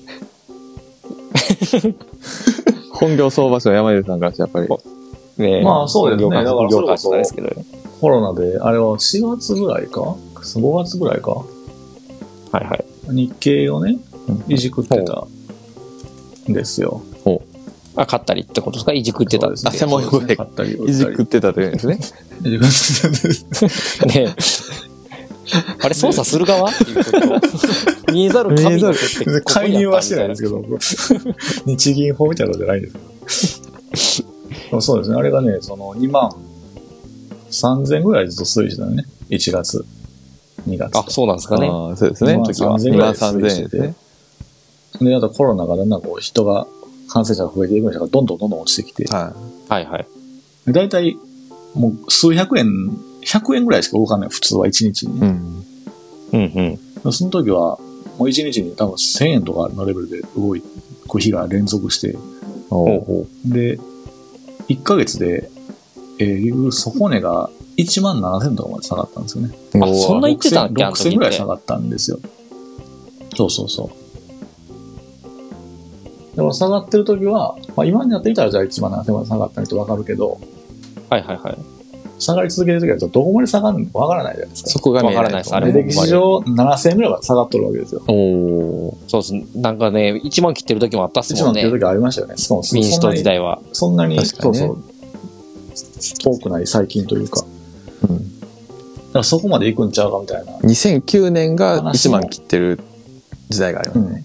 D: 本業相場師の山口さんからしてやっぱり
B: ね
C: まあそうですね
B: 業界
C: だからそれこそ
B: 業界とかですけどね。
C: コロナで、あれは4月ぐらいか ?5 月ぐらいか
B: はいはい。
C: 日経をね、いじくってたんですよ。
B: あ、買ったりってことですかいじくってたんです
D: あ専門用語で
C: 買ったり売ったり
D: いじくってたというんですね
C: いじくってた
B: ね。 *laughs* あれ、操作する側っていうこと見えざる神の手ってここにあったみたいな
C: *laughs* 介入はしてないんですけど、 *laughs* 日銀法みたいなことじゃないんですけど。でもそうです *laughs* ね、あれがね、その2万3000ぐらいずっと推移してたのね。1月、2月と。
B: あ、そうなんですかね。
D: ああそうですね。
C: 2万
D: 時は
C: 3000
D: 2
C: ぐら
D: 万
C: い
D: 3000
C: で推移して
D: 円
C: て
D: ですね。
C: で、あとコロナがだんだんこう人が、感染者が増えていくんですが、どんどんどんどん落ちてきて、
D: はい。
B: はいはい。
C: で大体もう数百円、100円ぐらいしか動かない、普通は1日に
D: う
C: ね。
D: ん。
B: うんうん。
C: その時は、もう1日に多分1000円とかのレベルで動いく日が連続して、
D: おう
C: で、1ヶ月で、えー、底値が1万7000とかまで下がったんですよね。
B: あ、そんな言ってたっけあの時
C: ?6000
B: っ
C: ぐらい
B: て
C: 下。がったんですよ。そうそうそう。でも下がってる時は、まあ、今になってみたらじゃあ1万7000まで下がったりとわかるけど、
B: はいはいはい。
C: 下がり続ける時はじゃあどこまで下がるのかわからないじゃないです
D: そこが見え
B: わからないですあ
C: か。
B: れ
C: で
B: も
C: 歴史上7000ぐらいまで下がっとるわけですよ。
D: おお
B: そうですね。なんかね、1万切ってる時もあったっす
C: 1
B: も
C: 万
B: ん
C: って
B: ね
C: いう。時ありましたよね。しかもそ
B: 民主
C: そん
B: 党
C: なに
B: 時代は。
C: そんなに、
D: 確か
C: そう
D: にね
C: そう、遠くない最近というか、
D: う
C: だからそこまで行くんちゃうかみたいな、
D: ー。2009年が1万切ってる時代があります。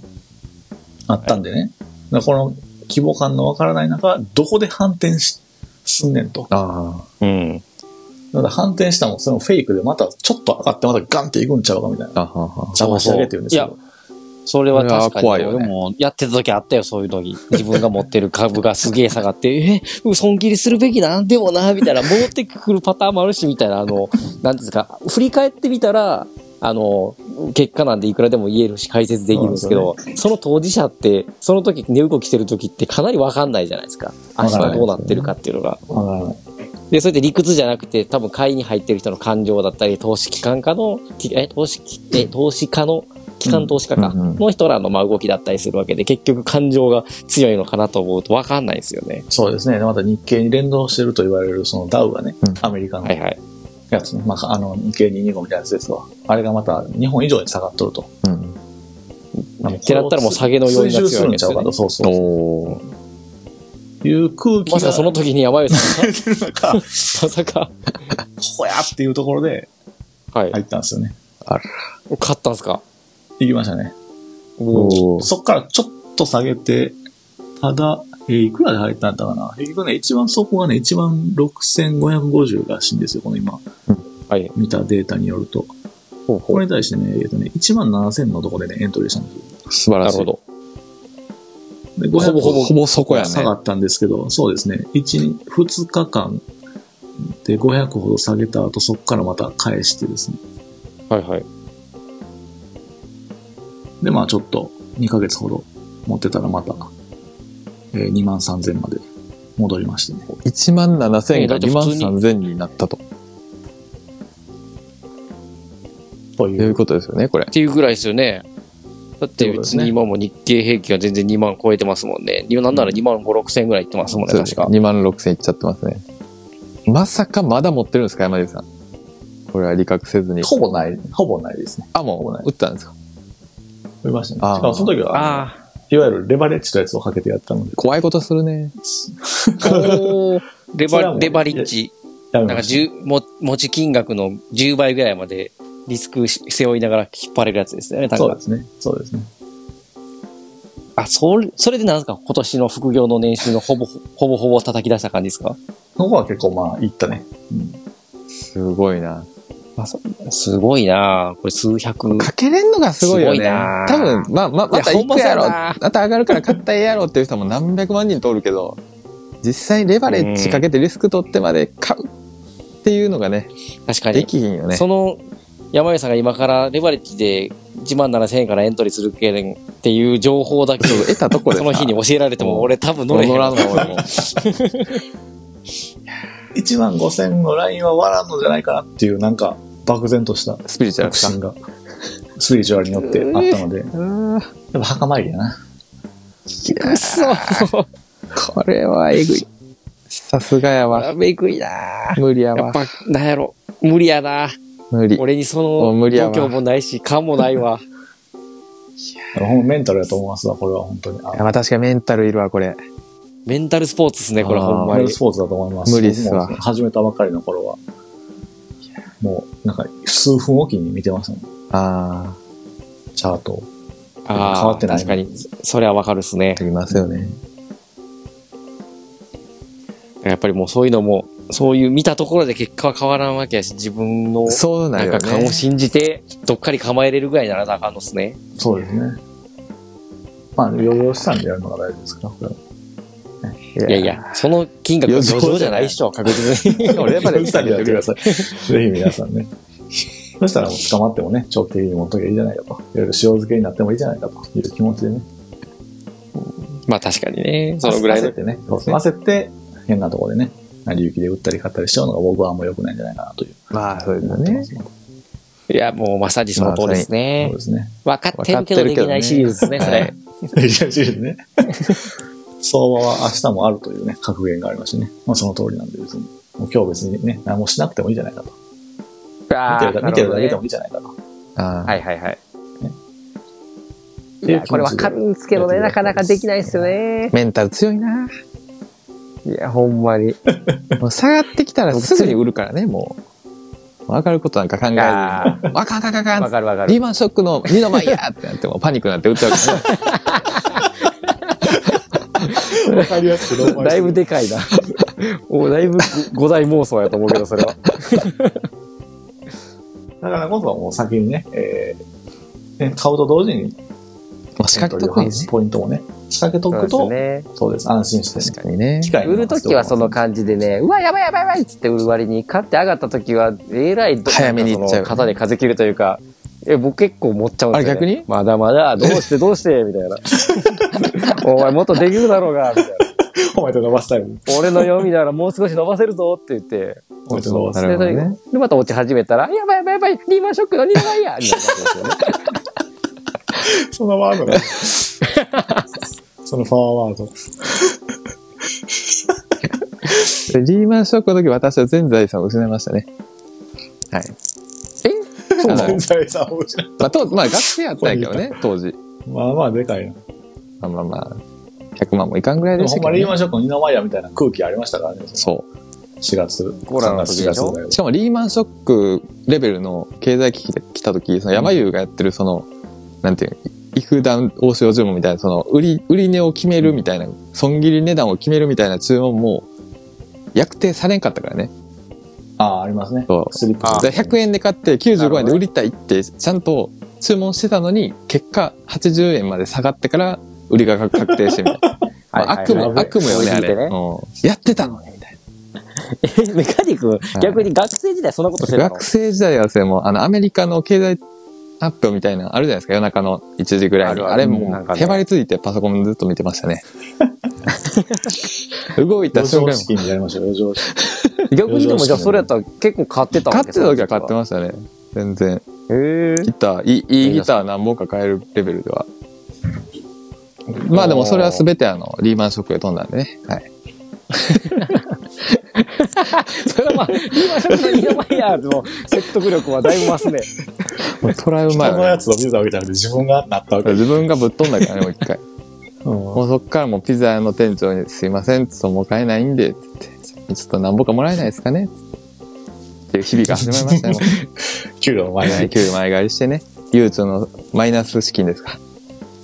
C: あったんでね。だからこの規模感のわからない中、どこで反転し、すんねんと。
D: あ
B: うん。
C: だから反転したもん、そのフェイクでまたちょっと上がってまたガンって行くんちゃうかみたいな。
D: あ。あはは。
C: 邪魔し上げてるんですよ。
B: それは確かに。
D: これは怖いよね
B: 俺もやってた時あったよ、そういう時。自分が持ってる株がすげえ下がって、 *laughs* え、損切りするべきなんでもな、みたいな、戻ってくるパターンもあるし、みたいな、あの、なんていうんですか、振り返ってみたら、あの、結果なんでいくらでも言えるし、解説できるんですけど、その当事者って、その時、値動きしてる時ってかなりわかんないじゃないですか。明日どうなってるかっていうのが。
C: わからない
B: で、それって理屈じゃなくて、多分買いに入ってる人の感情だったり、投資機関家の、きえ、投資き、え、投資家の、機関投資家か、
D: うんうん
B: の人らのまあ動きだったりするわけで、結局感情が強いのかなと思うと分かんないですよね。
C: そうですね。また日経に連動してると言われるそのダウがね、
D: うん
C: アメリカの
B: はいはい。
C: やつね、まあ、あの、日経225みたいなやつですわ。あれがまた日本以上に下がっとると。
D: うん。
B: ってなったらもう下げの要因が強いわけですよ
C: 追従
B: ね
C: するんちゃうかとそうそう。
D: おお。
C: いう空気が、
B: まさかその時に山吉さんが、
C: 出てるのか、こ
B: まさか、
C: こやっていうところで
B: はい。
C: 入ったんですよね。
B: 勝ったんですか
C: 行きましたね。
D: おお。
C: そっからちょっと下げて、ただ、えーいくらで入ったんだかな結局ね、一番そこがね、一番6550らしいんですよ、この今、
B: はい。
C: 見たデータによると。
B: ほうほ
C: これに対してね、えっとね、1万7000のとこでね、エントリーしたんですよ。
D: 素晴
B: う。
D: ら
B: なる
D: しい。
B: ほど。
C: で
D: ほぼほぼ、ほぼそこやね。
C: 下がったんですけど、そうですね。1、2日間で500ほど下げた後、そこからまた返してですね。
B: はいはい。
C: で、まあちょっと2ヶ月ほど持ってたらまた、えー、2万3000まで戻りましてね。
D: 1万7000が
B: えだって
D: 2万
B: 普通に
D: 3000になったと。
C: とい。
D: といううことですよね、これ
B: っ。ていうぐらいですよね。だっ
C: って
B: て
C: ことで
B: 別
C: すね
B: に今も日経平均は全然2万超えてますもんね。なんなら2万5、6千ぐらいいってますもんね、確か。
D: 2万6000いっちゃってますね。まさかまだ持ってるんですか、山地さん。これは理覚せずに。
C: ほぼない、ほぼないですね。
D: あ、もう、打ったんですか。
C: 売りましたね。し
D: あー
C: かもその時は、
B: あ
C: いわゆるレバレッジのやつをかけてやったので、
D: 怖いことするね。
B: あ。おー *laughs* レ
C: それは
B: バ
C: もう
B: レバリッジ。
C: やめ
B: な
C: ま
B: んか
C: した。
B: 十も持ち金額の10倍ぐらいまでリスクし背負いながら引っ張れるやつですよね、多
C: そう
B: 分
C: ですね。そうですね。
B: あ、それ、それでなんですか今年の副業の年収のほぼ、ほぼほぼ叩き出した感じですか
C: そこは結構まあ、いったね。
D: すごいな。
B: あそすごいなあこれ数百。
D: かけれんのがすごいよね。
B: すごいな
D: 多分、まあ、まあ、また
B: いや
D: 行くやろ。
B: ほんまそうやな
D: また上がるから買ったらええやろっていう人も何百万人通るけど、実際レバレッジかけてリスク取ってまで買うっていうのがね、
B: 確か
D: で
B: に。
D: きひんよね。
B: その、山井さんが今からレバレッジで1万7000円からエントリーするけんっていう情報だけ
D: そう得たとこでさ
B: その日に教えられて
D: うん
B: も俺多分乗れへん。
D: 乗らんの俺も。
C: 1万5000のラインは割らんのじゃないかなっていう、なんか、漠然とした
D: スピリチュアル
C: 確
D: か。
C: *laughs* 信が、スピリチュアルによってあったので、やっ
D: うーん
C: ぱ墓参りやな。
E: くそ
D: これはえぐい。さすがやわ。
E: やべえくいな
D: 無理や
B: やっ
D: わ。
B: ぱ、なんやろ。無理やな
D: 無理。
B: 俺にそ
D: もう
B: の、
D: 無理やわ
B: 度胸もないし、勘もないわ。
C: ほんまメンタルやと思いますわ、これは本当に。あ
D: まあ確かにメンタルいるわ、これ。
B: メンタルスポーツですね、これ
D: あー
B: ほんま
C: メンタル
B: に
C: ス。ポーツだと思います。
D: 無理っすわ
C: 僕も始めたばかりの頃は、もう、なんか、数分おきに見てましたね、
D: あ
C: チャートを。
B: ああ
C: 変わってない
B: 確かに、それはわかるっすね
D: あ、あ。りますよね。
B: やっぱりもうそういうのも、そういう見たところで結果は変わらんわけやし、自分の、
D: そうな
B: なんん
D: よ
B: か勘を
D: ね。
B: 信じて、どっかに構えれるぐらいにならなあかんのっすね。
C: そうですね。まあ、余剰資産でやるのが大事ですから、これ
D: い
C: は。
B: いやい。や、その金額
D: 余
B: 余
D: 剰
B: 剰じゃないっしょ、確実に。
D: 俺やっぱり
C: 資産でやってください。ぜひ皆さんね。そしたらもう捕まってもね、長期的に持っときゃいいじゃないかと。いろいろ塩漬けになってもいいじゃないかという気持ちでね。
B: *laughs* まあ確かにね、そのぐらい
C: 焦
B: の
C: っ。てね。そうそう焦って、変なところでね、成り行きで打ったり買ったりしちゃうのが僕はあんま良くないんじゃないかなという。
D: まあ、そうですよ
C: 思ってま
D: ね。
C: すね。
B: いや、もうまさにその通りです
C: そう
B: ね。
C: ですね。
B: わかってるけどできないシリーズですね、それ。
C: *laughs* いやいやね。相場は明日もあるというね、格言がありましてね。まあその通りなんで別に。もう今日別にね、何もしなくてもいいじゃないかと。見てるだ見てるだけでもいいじゃないかと。
D: あ
B: はいはいはい。
E: いやこれわかるんですけどねなかなかできないですよね
D: メンタル強い *laughs* な。
F: いや、ほんまに。
D: もう下がってきたらすぐに売るからね、もう。わかることなんか考えずに。
F: あ
D: わかんかかかん
F: わかるわか
D: リ
F: る。
D: ーマンショックの二の前やってなってもうパニックになって売ったわけ *laughs* ね。
C: わかりやすくどうも
F: だいぶでかい
B: *laughs*
F: な。おだいぶ五大妄想やと思うけど、それは。
C: だからこそもう先にね、えーね買うと同時に、
D: もう仕掛けとくんですね。
C: ポイントもね、仕掛けとく
F: そう
C: と、
F: ですね。
C: そうです、安心してね、
D: 確かにね。
C: 機械に
F: 売るときはその感じでね、うわ、やばいやばいやばいっつって売る割に、買って上がったときは、えらいど
D: 早めに行っちゃう
F: なんかその肩で風切るというか、え、僕結構持っちゃうんですよ、ね。
D: あれ逆に
F: まだまだ、どうしてどうして、みたい
D: *laughs*
F: な。お前もっとできるだろうが、みたい
C: お前と伸ばしたいもん。
F: な。俺の読みならもう少し伸ばせるぞって言って。
C: お前と伸ば
D: な
C: す。
D: るほど
F: で
D: ね。
F: で、また落ち始めたら、やばいやばいやばい、リーマンショックの2倍やみたいなことですよね。
D: *laughs*
C: そのワードが。そのパワーワード。
D: リーマンショックの時私は全財産を失いましたね。はい。えそう
C: 全財産を失う
D: まあ、当まあ、学生やったんやけ
C: *laughs*
D: どね、当時。
C: まあまあでかいな。
D: まあまあまあ、100万もいかんぐらいで
C: でも
D: し
C: ほ
D: た
C: んま
D: けど、
C: リー
D: ね。
C: マンショックの二の前やみたいな空気ありましたからね。4
D: そ。
C: 月、
F: コロナの
C: 3月、
F: 時
C: 4
F: で
C: 月
F: しょ
C: ぐらいう
D: しかもリーマンショックレベルの経済危機で来た時、その山優がやってるその、なんていうの育団大塩注文みたいな、その、売り、売り値を決めるみたいな、損切り値段を決めるみたいな注文も、約定されんかったからね。
C: ああ、ありますね。
D: そう。
C: スリップ
D: だから100円で買って95円で売りたいってちゃんと注文してたのに結果80円まで下がってから売りが確定
B: *laughs*
D: してみたいなまあ悪夢悪夢よねあれ、うんやってたのにみたい
B: え、メカニック、逆に学生時代そんなことして
D: な
B: たの
D: 学生時代はそれもあのアメリカの経済発表みたいなのあるじゃないですか夜中の1時ぐらいにあ
B: あるある
D: れ
B: なん
D: も
B: か
D: う
B: ね
D: へばりついてパソコンずっと見てました
B: *laughs*
D: ね動いた
C: 余
D: 瞬
C: 剰
D: 間
C: 資金にやりましょう、余剰資金。
B: 逆にでもじゃあそれやったら結構買ってた
D: 買
B: わ
D: っ
B: け
D: てた時は買ってましたね全然
B: す。へえ。
D: ギター、いいいいギター何本か買えるレベルでは。まあでもそれは全てあの、リーマンショックで飛んだんでね。はい。
B: それはまあ、今ちょっとイヤマイヤーズの説得力はだいぶ増すね。
D: もうトラウマ
C: 人の
D: や
C: や
D: ね。
C: つを見たわけじゃなくて自分がなったわけ。
D: 自分がぶっ飛んだからね、もう一回。
C: うん
D: もうそっからもうピザ屋の店長に、すいません、ちょっともう買えないんで、って言って、ちょっと何本かもらえないですかね、つって。っていう日々が始まりましたね。も
C: 給料の
D: う
C: 前
D: はい
C: に。
D: 給料前借りしてね、ゆうちょのマイナス資金ですか。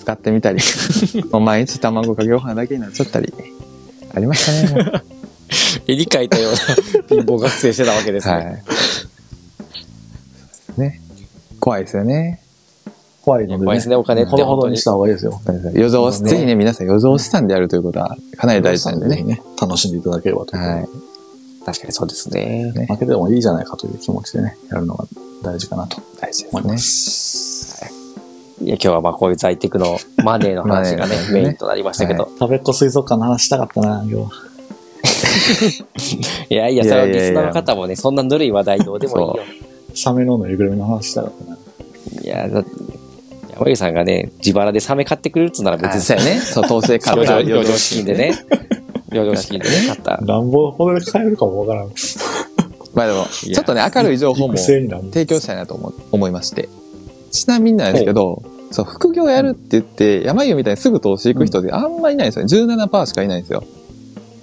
D: 使ってみたり、もう毎日卵かけご飯だけになっちゃったり、ありましたね。もう
B: 理解とような貧乏学生してたわけですね。
D: はい。ね。怖いですよね。
C: 怖いので
B: 怖い
C: ね
B: です。ね、お金って
C: ほどほ
B: 本当
C: どに
B: に
C: し。た方がいいですよ。
D: 余剰、ぜひね、皆さん余剰資産であるということは、かなり大事なんでね。
C: ね。楽しんでいただければと。
D: はい。
B: 確かにそうですね。
C: 負けてもいいじゃないかという気持ちでね、やるのが大事かなと
D: 大事
C: 思いま
D: です
C: す。
B: いや、今日はまあこういう在宅のマネーの話が
D: マネ
B: ね
D: ーの話、ね
B: メインとなりましたけど。
C: 食べっ子水族館の話したかったな、今日は。
B: いやいや、それはい
D: やい
B: リ
D: やいや
B: スナーの方もね、そんなぬるい話題どうでもいいよ。
C: サメのぬいぐるみの話したかったな。
B: いや、だって、山口さんがね、自腹でサメ買ってくれるっつうなら
D: ね。
B: 別
D: 実
B: に、
D: 際ね、そう、統制
B: *laughs*
D: 買
B: 余
D: った
B: 剰余剰資金で。ね、余剰資金でね、買った。
C: 乱暴ほどで買えるかもわからん。
D: まあでも、ちょっとね、明るい情報も
C: 育成
D: 提
C: になる。
D: 供したいなと思思いまして。ちなみになんですけど、そう、副業やるって言って、山湯みたいにすぐ投資行く人ってあんまいないんですよね。17%しかいないんですよ。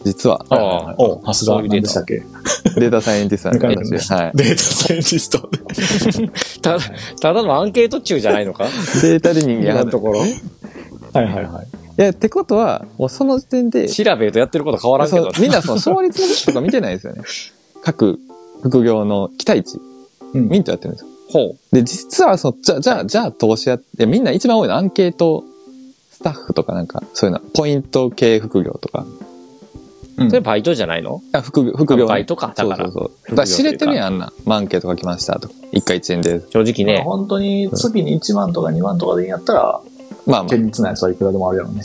D: 実は。
B: ああ
C: おう、さすが、
B: そういう
C: 何
B: データ
C: でしたっけ *laughs*
D: データサイエンティストなん
C: メカニ
D: で
C: ック
D: 私。はい。
C: データサイエンティスト。
B: ただ、ただのアンケート中じゃないのか
D: データで人間
B: 今
D: 判
B: の
D: 断
B: ところ。
C: はいはいはい。
D: いや、ってことは、もうその時点で、
B: 調べとやってること変わらんけ
D: そ
B: ど
D: う。みんなその勝率のとか見てないですよね。各副業の期待値、
C: うん
D: ミントやってるんですよ。
B: ほ
D: で、実はその、じゃあ、じゃあ、じゃあ投資やって、みんな一番多いのはアンケートスタッフとかなんか、そういうの、ポイント系副業とか、
B: う。それバイトじゃないの
D: あ副業、副業。
B: バイトかだか
D: そ
B: ら
D: うそうそう。だから知れてるやん、あんな。まあアンケート書きましたとか、一回1円で。
B: 正直
C: まあ
B: ね。
C: 本当に月に1万とか2万とかでいいんやったら、
D: まあま
C: 現実なやつはいくらでもあるやろうね。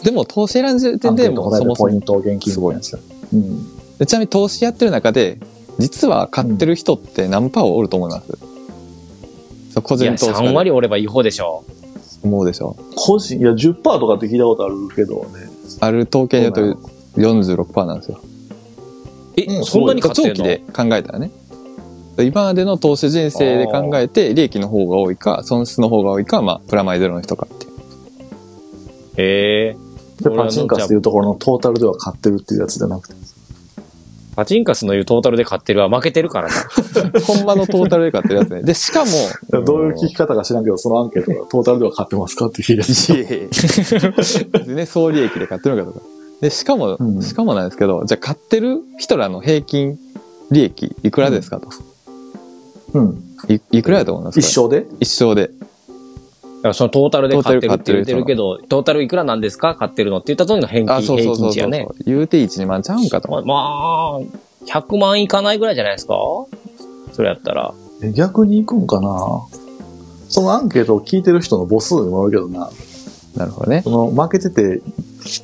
D: あ。でも投資選んでる時
C: ア
D: 点
C: ンケ
D: で
C: ート
D: もう
C: 答え
D: そ
C: て
D: もそ
C: ポイ
D: も
C: ント現金すごいやつだ。うん。
D: でちなみに投資やってる中で、実は買ってる人って何パーおると思います、そう個
B: い
D: 人
B: や、
D: 投資家で
B: 3割おれば違法でしょ。
D: 思うでしょ
C: 個人、いや、10%とかって聞いたことあるけどね。
D: ある統計によると46%なんですよ。
C: う
B: え、
C: ん
B: そんなに買って
D: 長
B: ん
D: 期
B: の
D: で考えたらね。今までの投資人生で考えて、利益の方が多いか、損失の方が多いか、まあ、プラマイゼロの人かっていう。
B: へえ。
C: で、パチンカスというところのトータルでは買ってるっていうやつじゃなくて。
B: パチンカスの言うトータルで買ってるは負けてるからな。
D: ほんまのトータルで買ってるやつね。で、しかも、
C: どういう聞き方か知らんけど、そのアンケートがトータルでは買ってますかって聞いたやつ。
D: ね、総利益で買ってるのかとか。で、しかも、
C: うん
D: しかもなんですけど、じゃあ買ってる人らの平均利益、いくらですかと。
C: *laughs* うん。
D: いいくらやと思いますか
C: 一生で
D: 一生で。
B: だ *laughs* からそのトータルで買ってるって言ってるけど、トータルいくらなんですか買ってるのって言った時の返
D: あ、
B: 金、
D: そうそ
B: 平
D: うそ
B: 均
D: う
B: 値
D: そ
B: や
D: う、
B: ね。
D: 言うて1、2万ちゃうんかと。
B: ままあ、100万いかないぐらいじゃないですかそれやったら。
C: え逆に行くんかなそのアンケートを聞いてる人の母数にもよるけどな。
D: なるほどね。
C: その負けてて、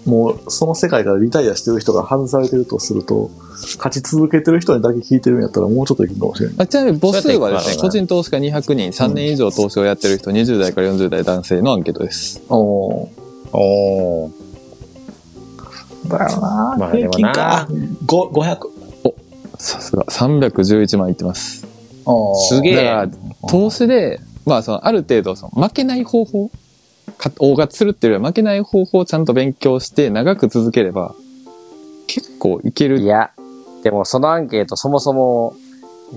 C: もうその世界からリタイアしてる人が外されてるとすると、勝ち続けてる人にだけ聞いてるんやったらもうちょっといくかもしれない。
D: あちなみに母数はです
B: そうやってい
D: ね、
B: くから
D: 個人投資家200人、3年以上投資をやってる人、20代から40代男性のアンケートです。
C: おー
B: おお。
C: だよな
B: まあでもな
C: 5、500。
D: さすが、311万いってます。
C: おー
B: すげ
D: だか
B: え。
D: ら、投資で、まあ、その、ある程度、その、負けない方法、か大勝ちするっていうよりは、負けない方法をちゃんと勉強して、長く続ければ、結構いけ
B: い
D: る。
B: や、でもそのアンケートそもそも、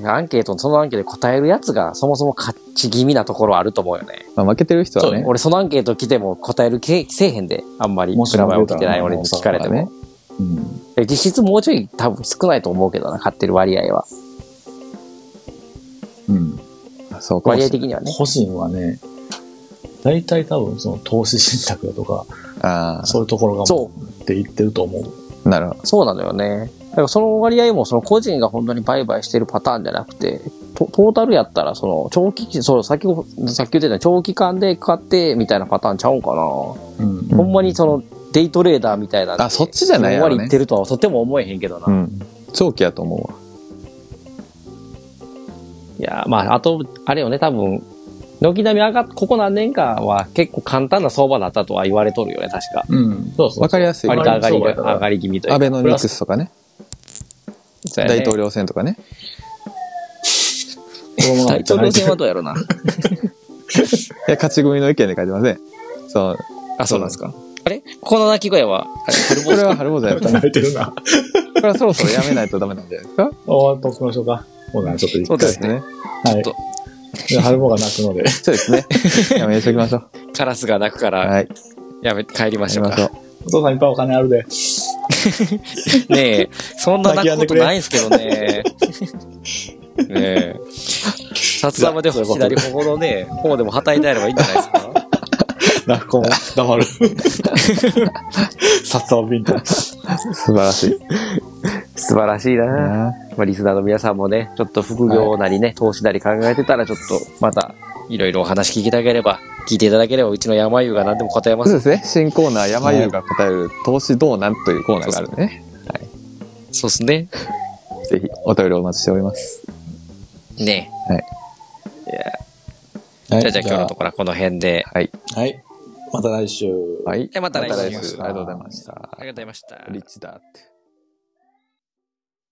B: アンケートのそのアンケートで答えるやつがそもそも勝ち気味なところあると思うよね。
D: まあ、負けてる人はね。
B: 俺そのアンケート来ても答えるけせえへんで、あんまり。
C: もし
B: プラマイ起きてない
C: もし
B: 俺に聞かれて
D: ね
B: も。え実質もうちょい多分少ないと思うけどな、買ってる割合は。
C: うん。
D: そうかも
B: 割合
D: しれ
B: 的にはね。
C: 個人はね、大体多分その投資信託だとか、
D: ない。あ
C: そういうところが
B: そ
C: 持っていってると思う。
D: あ、なるほど。
B: そうなのよね。だからその割合もその個人が本当に売買してるパターンじゃなくて、トトータルやったらその長期、そう、さっき、さっき言ってた長期間で買ってみたいなパターンちゃうんかな。
C: うん。
B: ほんまにそのデイトレーダーみたいなんで。
D: あそっちじゃないや
B: やろ、
D: ろ
B: ね。
D: ね
B: 割ってるとはとても思えへんけどな。
D: うん。長期やと思うわ。
B: いやー、まあ、あと、あれよね、多分、軒並み上がっ、ここ何年かは結構簡単な相場だったとは言われとるよね、確か。
C: うん。そうそう
D: わかりやすい。
B: 割と上がりが、
C: 割と上がり
B: 上がり気味という
D: ア
B: か。
D: ベノミクスとかね。
B: そうやね
D: 大統領選とかね。
B: 大統領選はどうやろな。
D: いや、勝ち組の意見で書いてません。そう。
B: *laughs* あ、そうなんですか。あれこの鳴き声は、あれ春
D: これ
B: 坊主
D: は春坊主 *laughs*
C: *laughs*
D: やったね。
C: 慣れてるな。
D: これはそろそろやめないとダメなんじゃないですか
C: *laughs* 終わっときましょうか。もうな、ちょっと一
B: そう
C: 回。
B: ですね
D: ね。
C: はい
B: ちょっ。
C: じゃあ、春もが泣くの
B: *laughs*
C: で。
D: そうですね。やめにしときましょう。
B: カラスが鳴くから、
D: はい。
B: やめ、帰りま
D: や
B: し
D: り
B: ょう
D: ましょ
B: か。
D: う。
C: お父さんいっぱいお金あるで。
B: ねえ、そんな鳴くこ
C: 泣き止んで
B: と
C: くれ
B: ないんすけどね。ねえ。札玉でも左頬のね、方でもはたいてあればいいんじゃないですか。
C: 泣く子も黙
B: *laughs*
C: る。 *laughs* 札束ビンタ。
D: 素晴らしい。
B: 素晴らしいな
D: な
B: まあ、リスナーの皆さんもね、ちょっと副業なりね、投資なり考えてたら、ちょっとまた、いろいろお話聞きたければ、聞いていただければ、うちの山優が何でも答えま
D: そう
B: す。
D: ですね。新コーナー、山優が答える投資どうなんというコーナーがあるんでね。
B: そうですね。
D: ぜひ、お便りお待ちしております。
B: ね
C: は
B: じゃあ、じゃあ今日のところはこの辺で。
C: ろ。はい。また来週。
D: はい。
B: でまた来週
D: ありがとうございました。
B: ありがとうございました。
D: リッチだって。